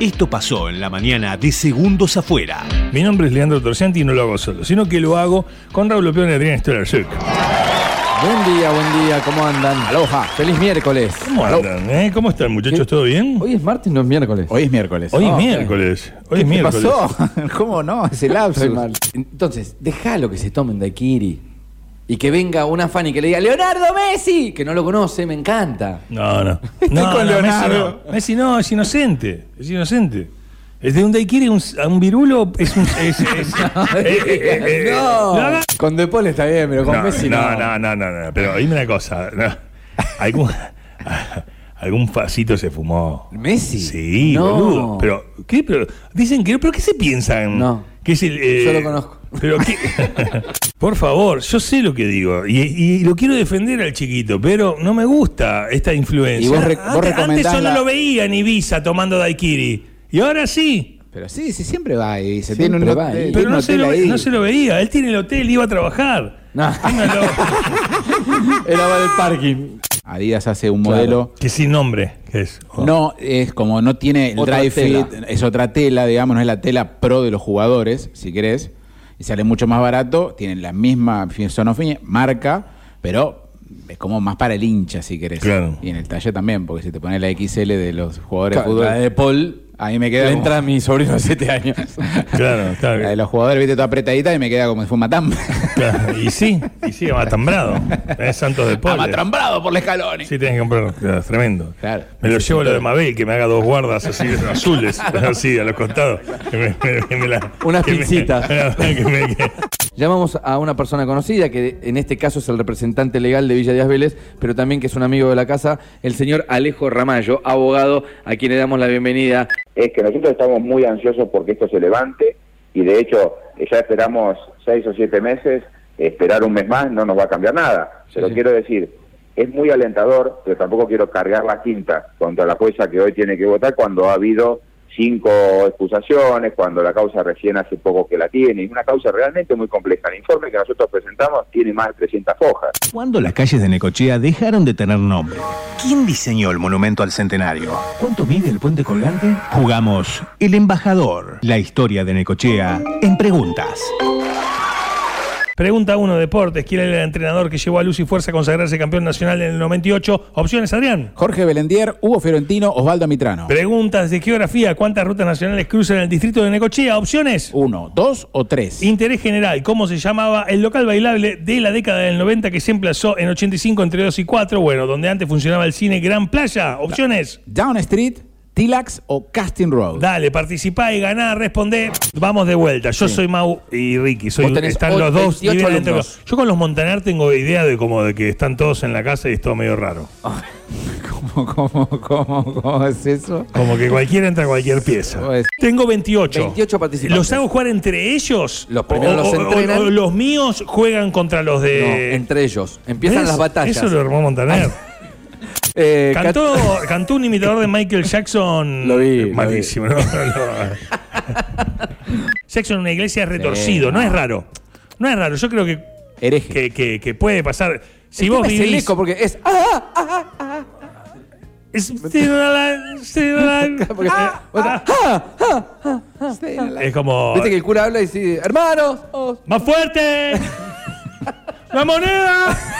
Esto pasó en la mañana de Segundos Afuera. Mi nombre es Leandro Torcianti y no lo hago solo, sino que lo hago con Raúl Opeón y Adrián Stolarczyk. Buen día, buen día, ¿cómo andan? Aloha, feliz miércoles. ¿Cómo andan? eh? ¿Cómo están, muchachos? ¿Todo bien? Hoy es martes, no es miércoles. Hoy es miércoles. Hoy es Ah, ok. miércoles. Hoy es ¿Qué miércoles. pasó? ¿Cómo no? Es Estoy el lapsus. mal. Entonces, déjalo que se tomen daiquiri y que venga una fan y que le diga Leonardo Messi, que no lo conoce, me encanta. No, no. Estoy no, con no, Leonardo. Messi no. Messi no, es inocente. Es inocente. Es de un daiquiri, un, a un virulo, es un... es- es- eh, eh, eh, eh. No. No, no. Con De Paul está bien, pero con no, Messi no, no, no. no, no, no, pero dime una cosa. no. Algún, algún facito se fumó. ¿Messi? Sí, No. boludo. Pero, ¿qué? Pero, dicen que, ¿pero qué se piensan? No. Que es el, eh, Yo lo conozco. Pero, ¿qué? Por favor, yo sé lo que digo. Y, y lo quiero defender al chiquito, pero no me gusta esta influencia. Y vos re- vos antes, antes recomendás yo no la- lo veía en Ibiza tomando daikiri. Y ahora sí. Pero sí, sí, siempre va y se Siempre tiene un va ahí. hotel- eh, Pero un no se, hotel lo, ahí. no se lo veía. Él tiene el hotel, iba a trabajar. No. Téngalo. Era para el parking. Adidas hace un modelo. que sin nombre que es. Oh. No, es como no tiene el Otra dry tela. fit, es otra tela, digamos, no es la tela pro de los jugadores, si querés, y sale mucho más barato, tiene la misma fisonomía, marca, pero es como más para el hincha, si querés. Claro. Y en el talle también, porque si te pones la XL de los jugadores de La fútbol, de Paul ahí me queda le como- entra a mi sobrino de 7 años. Claro, está La de bien. los jugadores, viste, toda apretadita y me queda como si fuera un matambre. Claro, Y sí, y sí, amatambrado. Es Santos de Pole. Amatrambrado por los escalones. Sí, tenés que comprarlo. Claro, es tremendo. Claro. Me lo llevo a lo de Mabel, que me haga dos guardas así, azules, así, a los costados. Que me- me- que me la- Unas que me- pincitas. que me- que- Llamamos a una persona conocida, que en este caso es el representante legal de Villa Díaz Vélez, pero también que es un amigo de la casa, el señor Alejo Ramallo, abogado, a quien le damos la bienvenida. es que nosotros estamos muy ansiosos porque esto se levante y de hecho eh, ya esperamos seis o siete meses, esperar un mes más no nos va a cambiar nada. Se lo Sí. quiero decir, es muy alentador, pero tampoco quiero cargar la quinta contra la jueza que hoy tiene que votar cuando ha habido cinco excusaciones, cuando la causa recién hace poco que la tiene. Es una causa realmente muy compleja. El informe que nosotros presentamos tiene más de 300 hojas. ¿Cuándo las calles de Necochea dejaron de tener nombre? ¿Quién diseñó el monumento al centenario? ¿Cuánto mide el puente colgante? Jugamos El Embajador, la historia de Necochea en preguntas. Pregunta uno, Deportes. ¿Quién era el entrenador que llevó a Luz y Fuerza a consagrarse campeón nacional en el 98? Opciones, Adrián. Jorge Belendier, Hugo Fiorentino, Osvaldo Mitrano. Preguntas de geografía. ¿Cuántas rutas nacionales cruzan el distrito de Necochea? Opciones. Uno, dos o tres. Interés general, ¿cómo se llamaba el local bailable de la década del 90 que se emplazó en 85 entre 2 y 4? Bueno, donde antes funcionaba el cine Gran Playa. Opciones. Down Street, Tilax o Casting Road. Dale, participá y ganá, respondé. Vamos de vuelta. Yo soy Mau y Ricky. Soy, Vos tenés están o- los dos 28 niveles de alumnos. entrenador. Yo con los Montaner tengo idea de como de que están todos en la casa y es todo medio raro. ¿Cómo, cómo, cómo, cómo es eso? Como que cualquiera entra a cualquier pieza. Pues- Tengo 28. 28 participantes. ¿Los hago jugar entre ellos? Los primeros los entrenan. o los míos juegan contra los de. No, entre ellos. Empiezan Eh, ¿Ves? las batallas. Ah, Eso lo armó Montaner. Eh, Cantó, cantó un imitador de Michael Jackson. Lo vi, lo vi. Malísimo. no, no, no. Jackson en una iglesia es retorcido, no. es raro. No es raro, yo creo que, Hereje. que, que- que puede pasar. Si El vos tema es el vivís. eco, porque es. ¡Ah! ¡Ah! ¡Ah! Es- Still alive, still alive. Porque- Ah, vos- ah. ¡Ah! ¡Ah! ¡Ah! ¡Ah! Es como. Viste que el cura habla y dice: ¡Hermanos! oh". ¡Más fuerte! ¡La moneda!